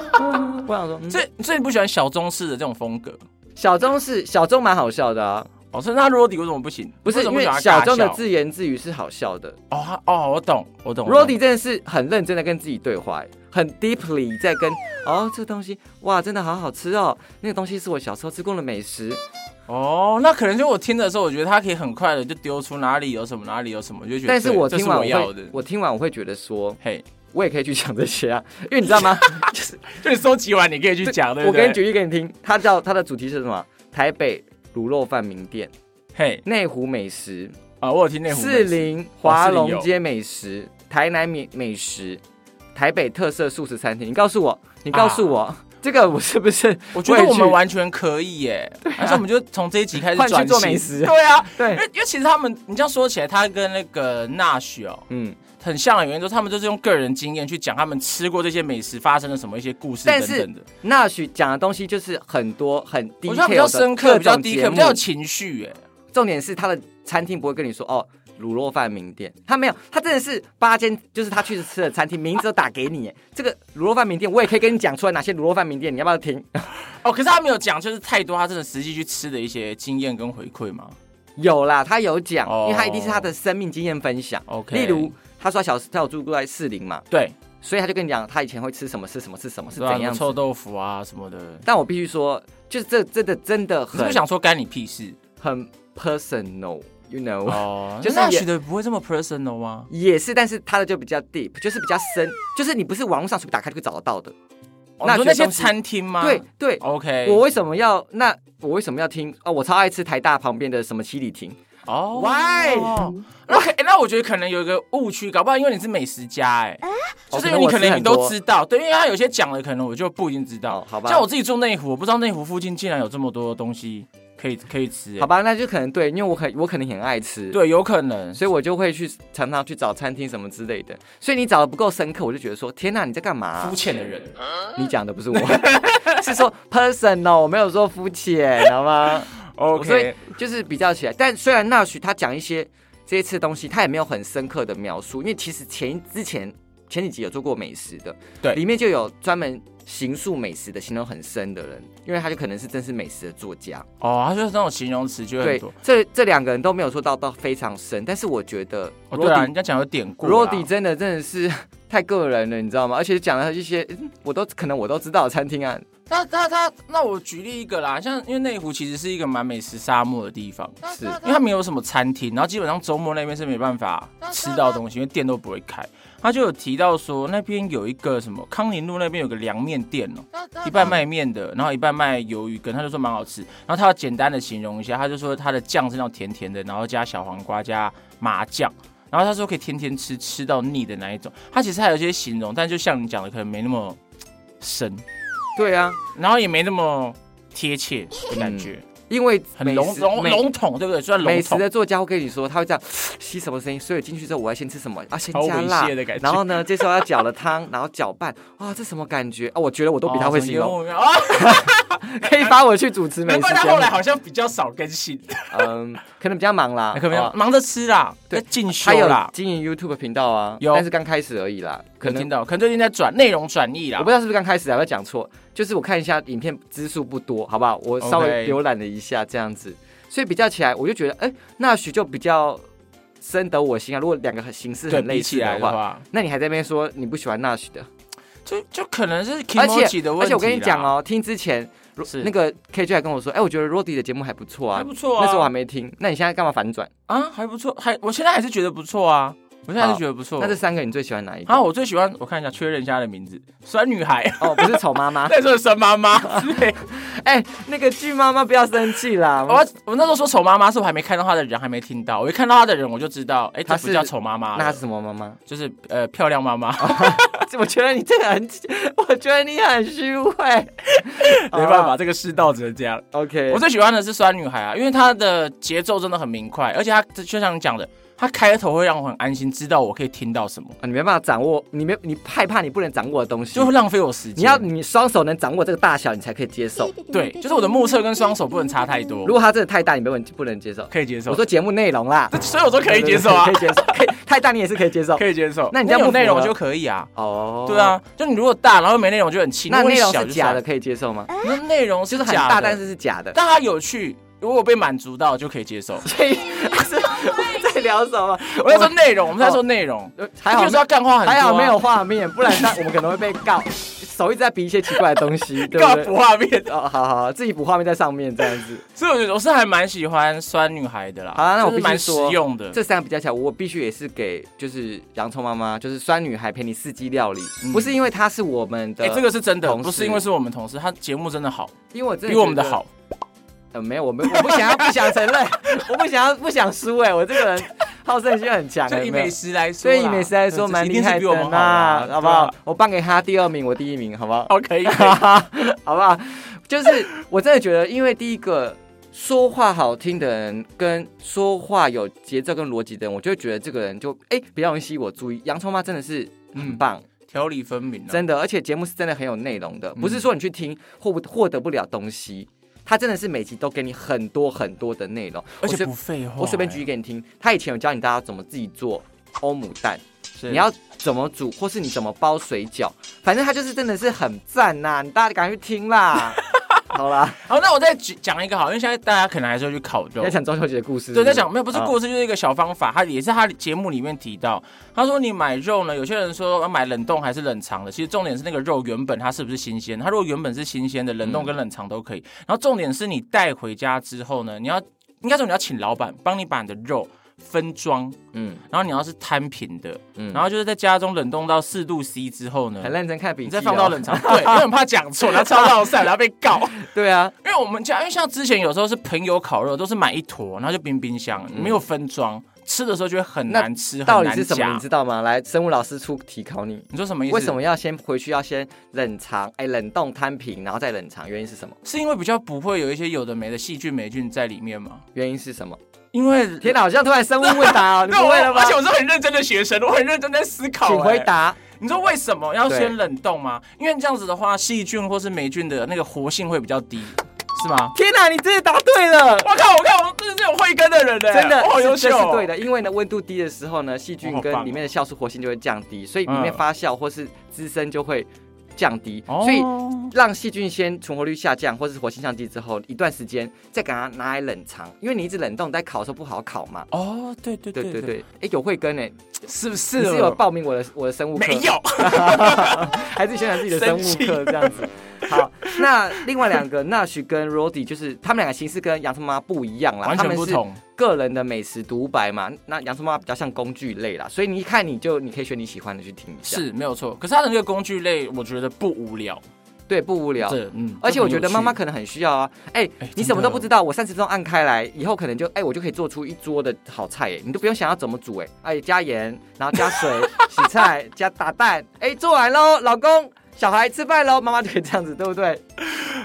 Speaker 1: 说，嗯
Speaker 2: 所以所以你不喜欢小中式的这种风格。
Speaker 1: 小钟是小钟蛮好笑的啊，
Speaker 2: 哦，所以那 Rody 为什么不行？
Speaker 1: 不是
Speaker 2: 什
Speaker 1: 因
Speaker 2: 么
Speaker 1: 为
Speaker 2: 喜欢
Speaker 1: 小
Speaker 2: 尬
Speaker 1: 钟的
Speaker 2: 笑
Speaker 1: 自言自语是好笑的
Speaker 2: 哦他哦，我懂我懂。我懂
Speaker 1: ，Rody 真的是很认真的跟自己对话，很 deeply 在跟哦这个东西哇真的好好吃哦，那个东西是我小时候吃过的美食，
Speaker 2: 哦，那可能就我听的时候，我觉得他可以很快的就丢出哪里有什么，哪里有什么，我就觉得
Speaker 1: 但是
Speaker 2: 对
Speaker 1: 我
Speaker 2: 这
Speaker 1: 听
Speaker 2: 是
Speaker 1: 完
Speaker 2: 我
Speaker 1: 我
Speaker 2: 要
Speaker 1: 会
Speaker 2: 的。
Speaker 1: 我听完我会觉得说，
Speaker 2: 嘿，
Speaker 1: 我也可以去讲这 些啊，因为你知道吗？
Speaker 2: 就你收集完，你可以去讲，对
Speaker 1: 我
Speaker 2: 不对？
Speaker 1: 给你举例给你听，它叫它的主题是什么？台北卤肉饭名店、
Speaker 2: 嘿
Speaker 1: 内湖美食、
Speaker 2: 啊，我有听那湖
Speaker 1: 士
Speaker 2: 美食
Speaker 1: 林华
Speaker 2: 士林
Speaker 1: 龙
Speaker 2: 有
Speaker 1: 街美食、台南美美食、台北特色素食餐厅。你告诉我，你告诉我，这个我是不是
Speaker 2: 啊 我觉得我
Speaker 1: 会去啊
Speaker 2: 们完全可以耶，而且我们就从这一集开始
Speaker 1: 换
Speaker 2: 转
Speaker 1: 去做
Speaker 2: 型
Speaker 1: 美食
Speaker 2: 对啊，因
Speaker 1: 对？
Speaker 2: 为因为其实他们，你这样说起来，他跟那个纳许哦
Speaker 1: 嗯，
Speaker 2: 很像的原因，就是他们就是用个人经验去讲他们吃过这些美食发生了什么一些故事
Speaker 1: 但
Speaker 2: 等
Speaker 1: 是
Speaker 2: 等的，
Speaker 1: 那许讲的东西就是很多很低
Speaker 2: 我觉得
Speaker 1: 调的，
Speaker 2: 他比较深刻，比较低
Speaker 1: 低
Speaker 2: 刻，比较有情绪耶。
Speaker 1: 重点是他的餐厅不会跟你说哦，卤肉饭名店，他没有，他真的是八间，就是他去吃的餐厅名字都打给你耶。这个卤肉饭名店，我也可以跟你讲出来哪些卤肉饭名店，你要不要听？
Speaker 2: 哦，可是他没有讲，就是太多他真的实际去吃的一些经验跟回馈嘛。
Speaker 1: 有啦，他有讲，
Speaker 2: 哦
Speaker 1: 因为他一定是他的生命经验分享。
Speaker 2: OK
Speaker 1: 例如他说他小时他有住过在士林嘛，
Speaker 2: 对，
Speaker 1: 所以他就跟你讲他以前会吃什么是什么是什么是
Speaker 2: 对啊
Speaker 1: 怎样
Speaker 2: 什么
Speaker 1: 子
Speaker 2: 臭豆腐啊什么的。
Speaker 1: 但我必须说，就是这真的真的
Speaker 2: 可是
Speaker 1: 很
Speaker 2: 不想说干你屁事，
Speaker 1: 很 personal， ，you know，、
Speaker 2: 哦，
Speaker 1: 就是
Speaker 2: 那
Speaker 1: 也
Speaker 2: 许的不会这么 personal 吗？
Speaker 1: 也是，但是它的就比较 deep，就是比较深，就是你不是网络上随便打开就可以找得到的。
Speaker 2: 哦
Speaker 1: 那
Speaker 2: 你
Speaker 1: 觉
Speaker 2: 说那
Speaker 1: 得
Speaker 2: 些
Speaker 1: 东西
Speaker 2: 餐厅吗？
Speaker 1: 对对，
Speaker 2: 啊，OK，
Speaker 1: 我为什么要那我为什么要听啊、我超爱吃台大旁边的什么七里亭，
Speaker 2: 哦
Speaker 1: Why？
Speaker 2: 那可、那我觉得可能有一个误区，搞不好因为你是美食家、哎、就是因为
Speaker 1: 哦
Speaker 2: 你
Speaker 1: 我吃
Speaker 2: 可能你
Speaker 1: 很多
Speaker 2: 都知道，对，因为他有些讲了，可能我就不一定知道。
Speaker 1: 哦好吧
Speaker 2: 像我自己住内湖，我不知道内湖附近竟然有这么多东西可以可以吃、哎
Speaker 1: 好吧，那就可能对，因为我很我可能很爱吃，，
Speaker 2: 对，有可能。
Speaker 1: 所以我就会去常常去找餐厅什么之类的。所以你找的不够深刻，我就觉得说天哪、你在干嘛啊、
Speaker 2: 肤浅的人，
Speaker 1: 你讲的不是我， 是说 personal，我没有说肤浅，好吗
Speaker 2: OK
Speaker 1: 所以就是比较起来，但虽然那许他讲一些这一次的东西，他也没有很深刻的描述，因为其实前之前前几集有做过美食的，
Speaker 2: 对
Speaker 1: 里面就有专门形塑美食的，形容很深的人，因为他就可能是真是美食的作家。
Speaker 2: 哦，他就是那种形容词就会很
Speaker 1: 对
Speaker 2: 多。，
Speaker 1: 这这两个人都没有说到到非常深，但是我觉得
Speaker 2: 哦，
Speaker 1: 罗
Speaker 2: 对
Speaker 1: 迪、
Speaker 2: 啊，人家讲有典故啦。
Speaker 1: 罗迪真的真的是 太个人了，你知道吗？而且讲了一些、嗯我都可能我都知道的餐厅啊，
Speaker 2: 那那他那我举例一个啦，像因为内湖其实是一个蛮美食沙漠的地方，
Speaker 1: 是
Speaker 2: 因为它没有什么餐厅，然后基本上周末那边是没办法吃到东西，因为店都不会开。他就有提到说那边有一个什么康宁路那边有个凉面店哦、一半卖面的，然后一半卖鱿鱼羹，他就说蛮好吃。然后他要简单的形容一下，他就说他的酱是那种甜甜的，然后加小黄瓜加麻酱。然后他说可以天天吃，吃到腻的那一种。他其实还有一些形容，但就像你讲的，可能没那么深。
Speaker 1: 对啊，
Speaker 2: 然后也没那么贴切的感觉，
Speaker 1: 因为
Speaker 2: 很笼
Speaker 1: 嗯美食
Speaker 2: 笼
Speaker 1: 美
Speaker 2: 笼统，对不对？虽然笼
Speaker 1: 美食
Speaker 2: 统，
Speaker 1: 的作家会跟你说，他会这样 吸什么声音，所以进去之后我要先吃 什么啊，先
Speaker 2: 好
Speaker 1: 加辣
Speaker 2: 猥亵的感觉
Speaker 1: 然后呢，这时候要搅了汤，然后搅拌， 啊，这什么感觉啊？我觉得我都比他会形容，
Speaker 2: 哦。什么幽默啊，
Speaker 1: 可以发我去主持美
Speaker 2: 难
Speaker 1: 食
Speaker 2: 怪他
Speaker 1: 节
Speaker 2: 后来
Speaker 1: 目。
Speaker 2: 好像比较少更新，
Speaker 1: 嗯，可能比较忙啦，
Speaker 2: 可能
Speaker 1: 哦
Speaker 2: 忙着吃啦，在
Speaker 1: 对
Speaker 2: 进修
Speaker 1: 他有
Speaker 2: 啦，
Speaker 1: 经营 YouTube 频道啊，
Speaker 2: 有
Speaker 1: 但是刚开始而已啦，可
Speaker 2: 可能
Speaker 1: 能
Speaker 2: 听。到，可能最近在转内容转译啦
Speaker 1: 我不。知道是不是刚开始啊，我讲错，就是我看一下影片支数不多，好不好？我稍
Speaker 2: OK
Speaker 1: 微浏览了一下这样子，所以比较起来，我就觉得，哎、那许就比较深得我心啊。如果两个形式
Speaker 2: 对
Speaker 1: 很
Speaker 2: 比
Speaker 1: 类
Speaker 2: 起
Speaker 1: 似
Speaker 2: 来
Speaker 1: 的
Speaker 2: 的
Speaker 1: 话，
Speaker 2: 话，
Speaker 1: 那你还在那边说你不喜欢 Nash 的，
Speaker 2: 就就可能是 k i
Speaker 1: 而
Speaker 2: m o c
Speaker 1: 且
Speaker 2: 的问题
Speaker 1: 而且我跟你
Speaker 2: 啦
Speaker 1: 讲，哦，听之前如
Speaker 2: 是
Speaker 1: 那个 KJ 还跟我说，哎、我觉得 Rody 的节目还不错啊，
Speaker 2: 还不错啊
Speaker 1: 那时候我还没听，那你现在干嘛反转？
Speaker 2: 啊，还不错，还我现在还是觉得不错啊，我现在还是
Speaker 1: 好
Speaker 2: 觉得不错。
Speaker 1: 啊那这三个你最喜欢哪一个？
Speaker 2: 啊，我最喜欢我看一下确认一下他的名字，酸女孩，
Speaker 1: 哦，不是丑妈妈，
Speaker 2: 那时候酸妈妈之类的
Speaker 1: 哎、那个巨妈妈不要生气啦，
Speaker 2: 我我那时候说丑妈妈，是我还没看到她的人，还没听到。我一看到她的人，我就知道，哎、她
Speaker 1: 她
Speaker 2: 不
Speaker 1: 是
Speaker 2: 叫丑妈妈了，
Speaker 1: 那她哦是什么妈妈？
Speaker 2: 就是呃漂亮妈妈，
Speaker 1: 我觉得你这个很，我觉得你很虚伪，
Speaker 2: 没办法，这个世道只能这样。
Speaker 1: 好吧。OK，
Speaker 2: 我最喜欢的是酸女孩啊，因为她的节奏真的很明快，而且她就像你讲的，她开头会让我很安心，知道我可以听到什么，
Speaker 1: 啊你没办法掌握，你没你害怕你不能掌握的东西
Speaker 2: 就，会浪费我时间。
Speaker 1: 你要你双手能掌握这个大小，你才可以接受。
Speaker 2: 对，就是我的目测跟双手不能差太多
Speaker 1: 如，果它真的太大，你没问不能接受。
Speaker 2: 可以接受。
Speaker 1: 我说节目内容啦，
Speaker 2: 所以我说可以接受啊
Speaker 1: 可以，接受，可 以太大你也是可以接受。
Speaker 2: 可以接受。
Speaker 1: 那你这样
Speaker 2: 有
Speaker 1: 不符合
Speaker 2: 内容就可以啊。
Speaker 1: 哦，
Speaker 2: 对，啊，就你如果大，然后没内容就很气。
Speaker 1: 那
Speaker 2: 如果你
Speaker 1: 内容
Speaker 2: 小
Speaker 1: 是
Speaker 2: 就
Speaker 1: 假
Speaker 2: 算
Speaker 1: 的，，可以接受吗？
Speaker 2: 那内容
Speaker 1: 就
Speaker 2: 是
Speaker 1: 是很
Speaker 2: 假
Speaker 1: 大，
Speaker 2: 的
Speaker 1: 但是是假的。
Speaker 2: 但它有趣，如果被满足到就可以接 受。
Speaker 1: 所以是我在聊什么？
Speaker 2: 我在说内容，我们在说内容，
Speaker 1: 呃还好
Speaker 2: 就是要干话很多啊，
Speaker 1: 还好没有画面，不然那我们可能会被告。手一直在比一些奇怪的东 西，对
Speaker 2: 干
Speaker 1: 不对？
Speaker 2: 嘛补画面，
Speaker 1: 哦，好好，好自己补画面在上面这样子。
Speaker 2: 所以我觉得我是还蛮喜欢酸女孩的啦。
Speaker 1: 好啊那我
Speaker 2: 就是
Speaker 1: 必须
Speaker 2: 蛮实
Speaker 1: 说
Speaker 2: 用的，
Speaker 1: 这三个比较起来，我必须也是给就是洋葱妈妈，就是酸女孩陪你四季料理，
Speaker 2: 嗯
Speaker 1: 不是因为她是我们的，
Speaker 2: 哎，这个是真的，
Speaker 1: 同事
Speaker 2: 不是因为是我们同事，他节目真的好，
Speaker 1: 因为我真
Speaker 2: 比我们的
Speaker 1: 觉得
Speaker 2: 好。
Speaker 1: 呃，没有，我没，我不想要，不想承认，我不想要，不想输哎、我这个人好胜心很强、
Speaker 2: 就
Speaker 1: 哎，
Speaker 2: 以
Speaker 1: 没有
Speaker 2: 美食来说啦，嗯
Speaker 1: 所以以美食来说蛮
Speaker 2: 一
Speaker 1: 厉
Speaker 2: 定是
Speaker 1: 害
Speaker 2: 比我
Speaker 1: 的
Speaker 2: 们好
Speaker 1: 啦
Speaker 2: 啦，啊
Speaker 1: 好不好？？我颁给他第二名，我第一名，好不好？
Speaker 2: 哦，可以，
Speaker 1: 好不好？就是我真的觉得，因为第一个说话好听的人跟说话有节奏跟逻辑的人，我就会觉得这个人就哎、比较容易吸引我注意。洋葱妈真的是很
Speaker 2: 嗯，
Speaker 1: 棒，
Speaker 2: 条理分明啊，
Speaker 1: 真的，而且节目是真的很有内容的，
Speaker 2: 嗯
Speaker 1: 不是说你去听获不获得不了东西，它真的是每集都给你很多很多的内容，
Speaker 2: 而
Speaker 1: 我
Speaker 2: 且
Speaker 1: 随
Speaker 2: 不废话。
Speaker 1: 我随便举一个
Speaker 2: 哎，
Speaker 1: 给你听，他以前有教你大家怎么自己做欧姆蛋，
Speaker 2: 欸是
Speaker 1: 你要怎么煮，或是你怎么包水饺，反正他就是真的是很赞呐、你大家赶快去听 啦。好啦，
Speaker 2: 好，那我再举讲一个好，因为现在大家可能还是会去烤
Speaker 1: 你
Speaker 2: 肉
Speaker 1: 在。讲中秋节的故事是不
Speaker 2: 对，
Speaker 1: 是
Speaker 2: 在讲没有，不是
Speaker 1: 啊
Speaker 2: 故事，就是一个小方法。他也是他节目里面提到，他说你买肉呢，有些人说要买冷冻还是冷藏的，其实重点是那个肉原本它是不是新鲜。它如果原本是新鲜的，冷冻跟冷藏都可以。然后重点是你带回家之后呢，你要。应该说你要请老板帮你把你的肉分装，
Speaker 1: 嗯
Speaker 2: 然后你要是摊平的，
Speaker 1: 嗯，
Speaker 2: 然后就是在家中冷冻到四度 C 之后呢，
Speaker 1: 很认真看笔
Speaker 2: 你
Speaker 1: 记、哦，
Speaker 2: 再放到冷藏，对，因为很怕讲错，然后超绕散，然后被告。
Speaker 1: 对啊，
Speaker 2: 因为我们家，因为像之前有时候是朋友烤肉，都是买一坨，然后就冰冰箱，没有分装，吃的时候就会很难吃，
Speaker 1: 道
Speaker 2: 很
Speaker 1: 理
Speaker 2: 难
Speaker 1: 是什么
Speaker 2: 夹
Speaker 1: 你。知道吗？来，生物老师出题考你，
Speaker 2: 你说什么意思？
Speaker 1: 为什么要先回去要先冷藏？哎，冷冻摊平，然后再冷藏，原因是什么？
Speaker 2: 是因为比较不会有一些有的没的细菌霉菌在里面吗？
Speaker 1: 原因是什 么？
Speaker 2: 因为
Speaker 1: 天哪，好像突然生物问答哦，你
Speaker 2: 对，
Speaker 1: 不
Speaker 2: 我
Speaker 1: 会 了吗
Speaker 2: 而？且我是很认真的学生，我很认真在思考、
Speaker 1: 请回
Speaker 2: 哎。
Speaker 1: 答。
Speaker 2: 你知道为什么要
Speaker 1: 对
Speaker 2: 先冷冻吗？因为这样子的话，细菌或是霉菌的那个活性会比较低，是吗？
Speaker 1: 天哪，你真的答对了！
Speaker 2: 我靠！我看我真的是有慧根的人呢、
Speaker 1: 真的
Speaker 2: 我，好
Speaker 1: 是
Speaker 2: 优秀、
Speaker 1: 这是
Speaker 2: 哦。
Speaker 1: 对的，因为呢，温度低的时候呢，细
Speaker 2: 我
Speaker 1: 菌
Speaker 2: 好
Speaker 1: 跟
Speaker 2: 棒哦
Speaker 1: 里面的酵素活性就会降低，所以里面
Speaker 2: 嗯
Speaker 1: 发酵或是滋生就会降低，
Speaker 2: 哦
Speaker 1: 所以让细菌先存活率下降或是活性降低之后，一段时间再给它拿来冷藏，因为你一直冷冻，在烤的时候不好烤嘛。
Speaker 2: 哦，对对
Speaker 1: 对对
Speaker 2: 对
Speaker 1: 对，哎，有慧根哎，
Speaker 2: 是不是？哦
Speaker 1: 你是有报名我的我的生物课？
Speaker 2: 没，有？
Speaker 1: 还是宣传自己的生物课这样 子。好，那另外两个 Nash 跟 Roddy 就是他们两个形式跟洋葱妈不一样啦，
Speaker 2: 完
Speaker 1: 他
Speaker 2: 全
Speaker 1: 们
Speaker 2: 不
Speaker 1: 是
Speaker 2: 同。
Speaker 1: 个人的美食独白嘛，那洋葱妈比较像工具类啦，所以你一看你就你可以选你喜欢的去听一下，
Speaker 2: 是没有错，可是它的那个工具类，我觉得不无聊。
Speaker 1: 对，不无聊。
Speaker 2: 这嗯，
Speaker 1: 而且我觉得
Speaker 2: 这很
Speaker 1: 妈
Speaker 2: 有趣
Speaker 1: 妈可能很需要啊，哎、
Speaker 2: 哎
Speaker 1: 你什么
Speaker 2: 真的
Speaker 1: 都不知道，我三十分钟按开来，以后可能就哎、我就可以做出一桌的好菜哎、你都不用想要怎么煮哎、哎、加盐，然后加 水，洗菜，加打蛋，哎、做完喽，老公，小孩吃饭喽，妈妈就可以这样子，对不对？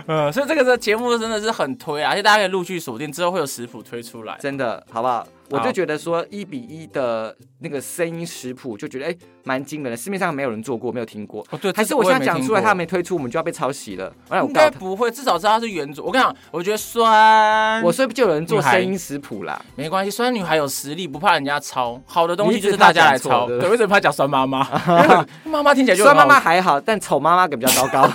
Speaker 2: 呃，所以这个这节目真的是很推啊，而且大家可以陆续锁定，之后会有食谱推出来。
Speaker 1: 真的，好不好？我
Speaker 2: 好
Speaker 1: 就觉得说一比一的那个声音食谱，就觉得哎蛮惊人的，市面上没有人做过，没有听过。
Speaker 2: 哦，对，
Speaker 1: 还是我现在讲出来，他还
Speaker 2: 们
Speaker 1: 没推出，我们就要被抄袭了。哎，我
Speaker 2: 应该
Speaker 1: 告他，
Speaker 2: 不会，至少知道它是原主。我跟你讲，我觉得酸，
Speaker 1: 我说不就有人做
Speaker 2: 女孩
Speaker 1: 声音食谱啦？
Speaker 2: 没关系，酸女孩有实力，不怕人家抄。好的东
Speaker 1: 你
Speaker 2: 西
Speaker 1: 一
Speaker 2: 就
Speaker 1: 直
Speaker 2: 是大家
Speaker 1: 怕
Speaker 2: 来
Speaker 1: 讲错
Speaker 2: 抄。
Speaker 1: 对
Speaker 2: 对，为什么怕讲酸 妈妈？因为妈妈听哎起来就
Speaker 1: 说
Speaker 2: 很
Speaker 1: 妈妈
Speaker 2: 好
Speaker 1: 还好，但丑妈妈可比较糟 糕，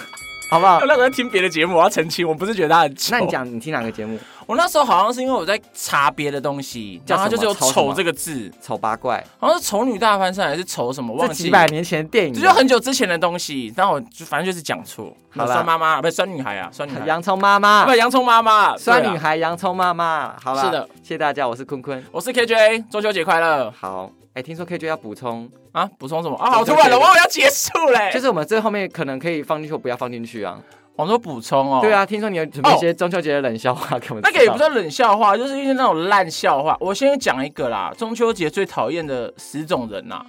Speaker 1: 好不好
Speaker 2: 笑。？那我在听别的节目，我要澄清，我不是觉得她很丑。
Speaker 1: 那你讲，你听哪个节目？
Speaker 2: 我那时候好像是因为我在查别的东西，
Speaker 1: 叫
Speaker 2: 然
Speaker 1: 什么
Speaker 2: 后它就是有“
Speaker 1: 抄什么
Speaker 2: 丑”这个字，
Speaker 1: 丑八怪，
Speaker 2: 好像是《丑女大翻身》还是“丑”什么，
Speaker 1: 这
Speaker 2: 忘
Speaker 1: 几
Speaker 2: 记。
Speaker 1: 百年前的电影
Speaker 2: 这
Speaker 1: 啊，
Speaker 2: 就很久之前的东西，然后我就反正就是讲错。
Speaker 1: 好啦
Speaker 2: 酸妈妈，不是酸女孩啊，酸女孩，
Speaker 1: 洋葱妈
Speaker 2: 啊
Speaker 1: 妈
Speaker 2: 不，洋葱妈妈，
Speaker 1: 酸
Speaker 2: 对啊
Speaker 1: 女。孩，洋葱妈妈，好啦，
Speaker 2: 是的，
Speaker 1: 谢谢大家，我是坤坤。
Speaker 2: 我是 KJ，中秋节快乐
Speaker 1: 好，哎，听说 KJ 要补充，
Speaker 2: 啊！补充什么啊？
Speaker 1: 中
Speaker 2: 好
Speaker 1: 秋
Speaker 2: 突
Speaker 1: 节
Speaker 2: 然了，我要结束嘞。
Speaker 1: 就
Speaker 2: 就是
Speaker 1: 是我们最后面可能可以放进去，或不要放进去啊。
Speaker 2: 我说补充哦，
Speaker 1: 对，啊，听说你有准备一些中秋节的冷笑话给我们知道，
Speaker 2: 那个也不叫冷笑话，就是一些那种烂笑话。我先讲一个啦，中秋节最讨厌的十种人呐、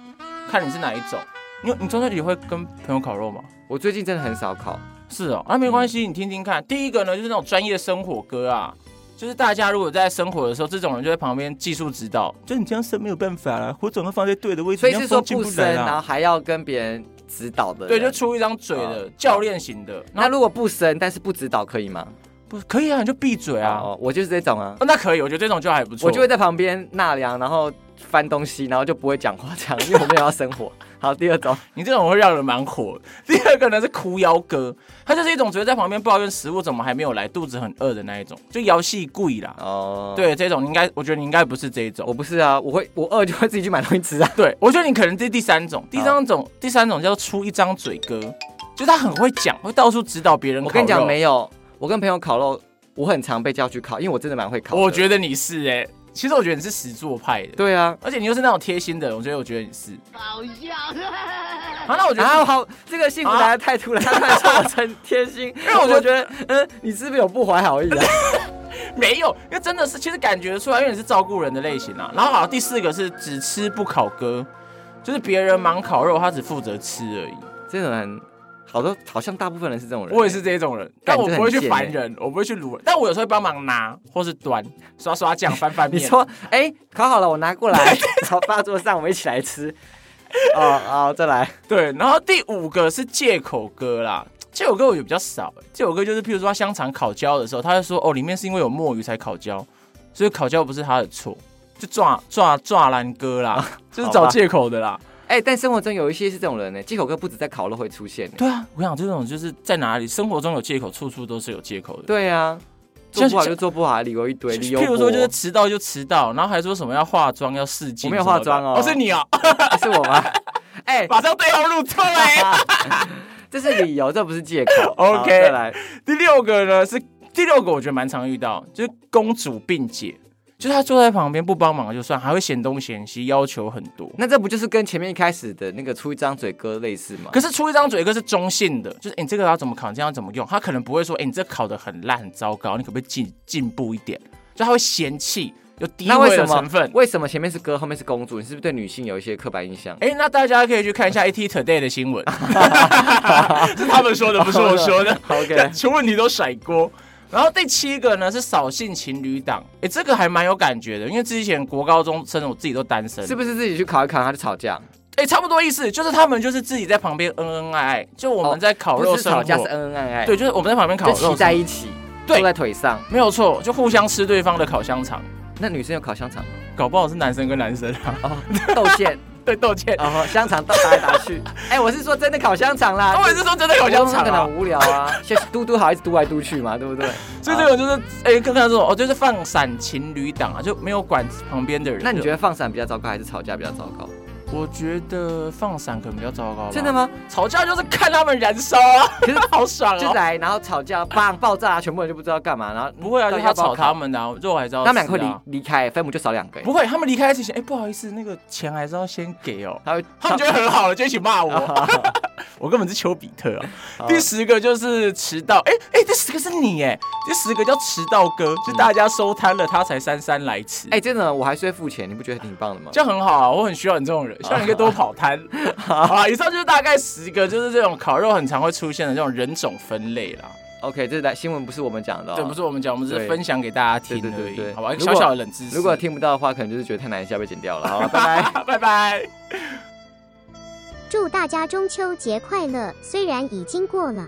Speaker 2: 看你是哪一种。你你中秋节会跟朋友烤肉吗？
Speaker 1: 我最近真的很少烤，
Speaker 2: 是哦，那、没关系，你听听看。第一个呢，就是那种专业生火歌啊，就是大家如果在生火的时候，这种人就在旁边技术指导，就你这样生没有办法啦，火总要放在对的位置，
Speaker 1: 所以
Speaker 2: 你
Speaker 1: 是
Speaker 2: 要
Speaker 1: 说
Speaker 2: 放进
Speaker 1: 不
Speaker 2: 来
Speaker 1: 生，
Speaker 2: 啊
Speaker 1: 然后还要跟别人指导的人。
Speaker 2: 对，就啊出一张嘴的、
Speaker 1: 哦
Speaker 2: 教练型的，然
Speaker 1: 那
Speaker 2: 后
Speaker 1: 如果不生，但是不指导可以吗？
Speaker 2: 不可以啊，你就闭嘴啊。
Speaker 1: 哦，我就是这种啊，
Speaker 2: 哦那可以，我觉得这种就还不错。
Speaker 1: 我就会在旁边纳凉，然后翻东西，然后就不会讲话这样，因为我没有要生 火。好，第二种，
Speaker 2: 你这种会让人蛮火。 第二个呢是哭腰哥，他就是一种只会在旁边抱怨食物怎么还没有来，肚子很饿的那一种，就摇戏贵啦。
Speaker 1: 哦，，
Speaker 2: 对，这种你应该，我觉得你应该不是这一种
Speaker 1: 我。不是啊，我会我饿就会自己去买东西 吃啊。
Speaker 2: 对，我觉得你可能是第三种，第三种，第三种叫出一张嘴哥，就是他很会讲，会到处指导别人。
Speaker 1: 我跟你讲，，没有，我跟朋友烤肉，我很常被叫去烤，因为我真的蛮会烤的。
Speaker 2: 我觉得你是哎、其实我觉得你是实作派的，，
Speaker 1: 对啊，
Speaker 2: 而且你又是那种贴心的人，我觉得我觉得你是。
Speaker 4: 好笑。
Speaker 2: 好，那我觉得。啊
Speaker 1: 啊，好，这个幸福来的太突然，他突然说我真贴 心，因
Speaker 2: 为我
Speaker 1: 就觉得，嗯，你是不是有不怀好意啊？
Speaker 2: 没有，因为真的是，其实感觉出来，因为你是照顾人的类型啊。然后好，第四个是只吃不烤哥，就是别人忙烤肉，他只负责吃而已。
Speaker 1: 这种人，好多好像大部分人是这种人。
Speaker 2: 我也是这种人，但
Speaker 1: 干
Speaker 2: 我
Speaker 1: 这
Speaker 2: 不
Speaker 1: 很
Speaker 2: 会去
Speaker 1: 贱
Speaker 2: 烦
Speaker 1: 欸
Speaker 2: 人，我不会去撸人，但我有时候会帮忙拿或是端，刷刷酱、翻翻
Speaker 1: 你
Speaker 2: 面。
Speaker 1: 说，哎、烤好了，我拿过来， 然后放在桌上，我们一起来吃。哦哦，再来，
Speaker 2: 对，然后第五个是借口歌啦。借口歌我觉得比较少、欸，借口歌就是譬如说他香肠烤焦的时候，他就说哦，里面是因为有墨鱼才烤焦，所以烤焦不是他的错，就抓抓抓烂歌啦，就是
Speaker 1: 啊好
Speaker 2: 找
Speaker 1: 吧
Speaker 2: 借口的啦。
Speaker 1: 哎、但生活中有一些是这种人呢，借口哥不止在烤肉会出现呢。
Speaker 2: 对啊，我想这种就是在哪里生活中有借口，处处都是有借口的。
Speaker 1: 对啊，做
Speaker 2: 像
Speaker 1: 不好
Speaker 2: 像
Speaker 1: 就做不好，理由一堆，理由
Speaker 2: 譬如说就是迟到就迟到，然后还说什么要化妆要试
Speaker 1: 我
Speaker 2: 镜什么的，
Speaker 1: 没有化妆哦
Speaker 2: 哦是你哦，
Speaker 1: 是我吗？哎、
Speaker 2: 马上对号入座哎、
Speaker 1: 这是理由，这不是借 口。
Speaker 2: OK
Speaker 1: 好再来，
Speaker 2: 第六个呢是第六个，我觉得蛮常遇到，就是公主病姐，就是他坐在旁边不帮忙就算，还会嫌东嫌西，要求很多。
Speaker 1: 那这不就是跟前面一开始的那个出一张嘴歌类似吗？
Speaker 2: 可是出一张嘴，一个是中性的，就是、欸你这个要怎么考，你这样怎么用，他可能不会说，哎、你这考的很烂，很糟糕，你可不可以进进步一点？就他会嫌弃，有低
Speaker 1: 那为
Speaker 2: 位
Speaker 1: 什
Speaker 2: 的
Speaker 1: 么
Speaker 2: 成分。
Speaker 1: 为什么前面是歌，后面是公主？你是不是对女性有一些刻板印象？
Speaker 2: 哎、那大家可以去看一下 AT Today 的新闻， 是他们说的，不是我说的。
Speaker 1: OK
Speaker 2: 出问题都甩锅。然后第七个呢是扫兴情侣档，哎、这个还蛮有感觉的，因为之前国高中生我自己都单身，
Speaker 1: 是不是自己去考一考，他就吵架？
Speaker 2: 哎、差不多意思，就是他们就是自己在旁边恩恩爱爱，就我们在烤肉
Speaker 1: 哦不是
Speaker 2: 生活，
Speaker 1: 吵架，是恩恩爱爱，
Speaker 2: 对，，就是我们在旁边烤
Speaker 1: 就
Speaker 2: 肉生
Speaker 1: 骑
Speaker 2: 活，
Speaker 1: 在一起，
Speaker 2: 对
Speaker 1: 坐在腿上。
Speaker 2: 没有错，就互相吃对方的烤香肠，
Speaker 1: 那女生有烤香肠吗？
Speaker 2: 搞不好是男生跟男生啊，
Speaker 1: 哦，豆馅，
Speaker 2: 对，道歉，
Speaker 1: 哦，香肠倒打来打 去。哎，我是说真的烤香肠啦，
Speaker 2: 我也是说真的烤
Speaker 1: 我
Speaker 2: 香
Speaker 1: 们
Speaker 2: 肠
Speaker 1: 可能
Speaker 2: 啊
Speaker 1: 很，无聊啊， 像嘟嘟好一直嘟来嘟去嘛，对不 哦对？
Speaker 2: 所以这
Speaker 1: 好
Speaker 2: 种就是哎、看看这种哦，就是放闪情侣档啊，就没有管旁边的人。
Speaker 1: 那你觉得放闪比较糟糕，还是吵架比较糟糕？
Speaker 2: 就？我觉得放闪可能比较糟糕吧。
Speaker 1: 真的吗？
Speaker 2: 吵架就是看他们燃烧啊，
Speaker 1: 可是
Speaker 2: 好爽
Speaker 1: 就
Speaker 2: 啊！
Speaker 1: 来，然后吵架，砰爆炸，全部人就不知道干嘛，然后
Speaker 2: 不会啊，
Speaker 1: 到
Speaker 2: 就
Speaker 1: 底
Speaker 2: 要
Speaker 1: 要不要
Speaker 2: 吵他们的、啊，肉还是要、
Speaker 1: 烤，
Speaker 2: 啊。
Speaker 1: 他们两个会离离开，分母就少两个。
Speaker 2: 不会，他们离开之前，哎、不好意思，那个钱还是要先给哦。
Speaker 1: 他会，
Speaker 2: 他们觉得很好了，就一起 骂我。我根本是丘比特啊！ 第十个就是迟到，哎、哎、第十个是你哎，第十个叫迟到哥，就大家收摊了，他才姗姗来迟。
Speaker 1: 哎，真的，我还是会付钱，你不觉得挺棒的吗？
Speaker 2: 这样很好啊，我很需要你这种人， 希望你可以多跑 摊。好啊，以上就是大概十个，就是这种烤肉很常会出现的这种人种分类啦。
Speaker 1: OK，这是来新闻不是我们讲的、哦，
Speaker 2: 这不是我们讲，我们只
Speaker 1: 对
Speaker 2: 是分享给大家听
Speaker 1: 对对
Speaker 2: 而
Speaker 1: 对
Speaker 2: 已，
Speaker 1: 对，
Speaker 2: 好吧？一个
Speaker 1: 如
Speaker 2: 小
Speaker 1: 果
Speaker 2: 小的冷知识。
Speaker 1: 如果听不到的话，可能就是觉得太难笑，被剪掉了。好，拜拜。
Speaker 2: 拜拜。
Speaker 3: 祝大家中秋节快乐！虽然已经过了，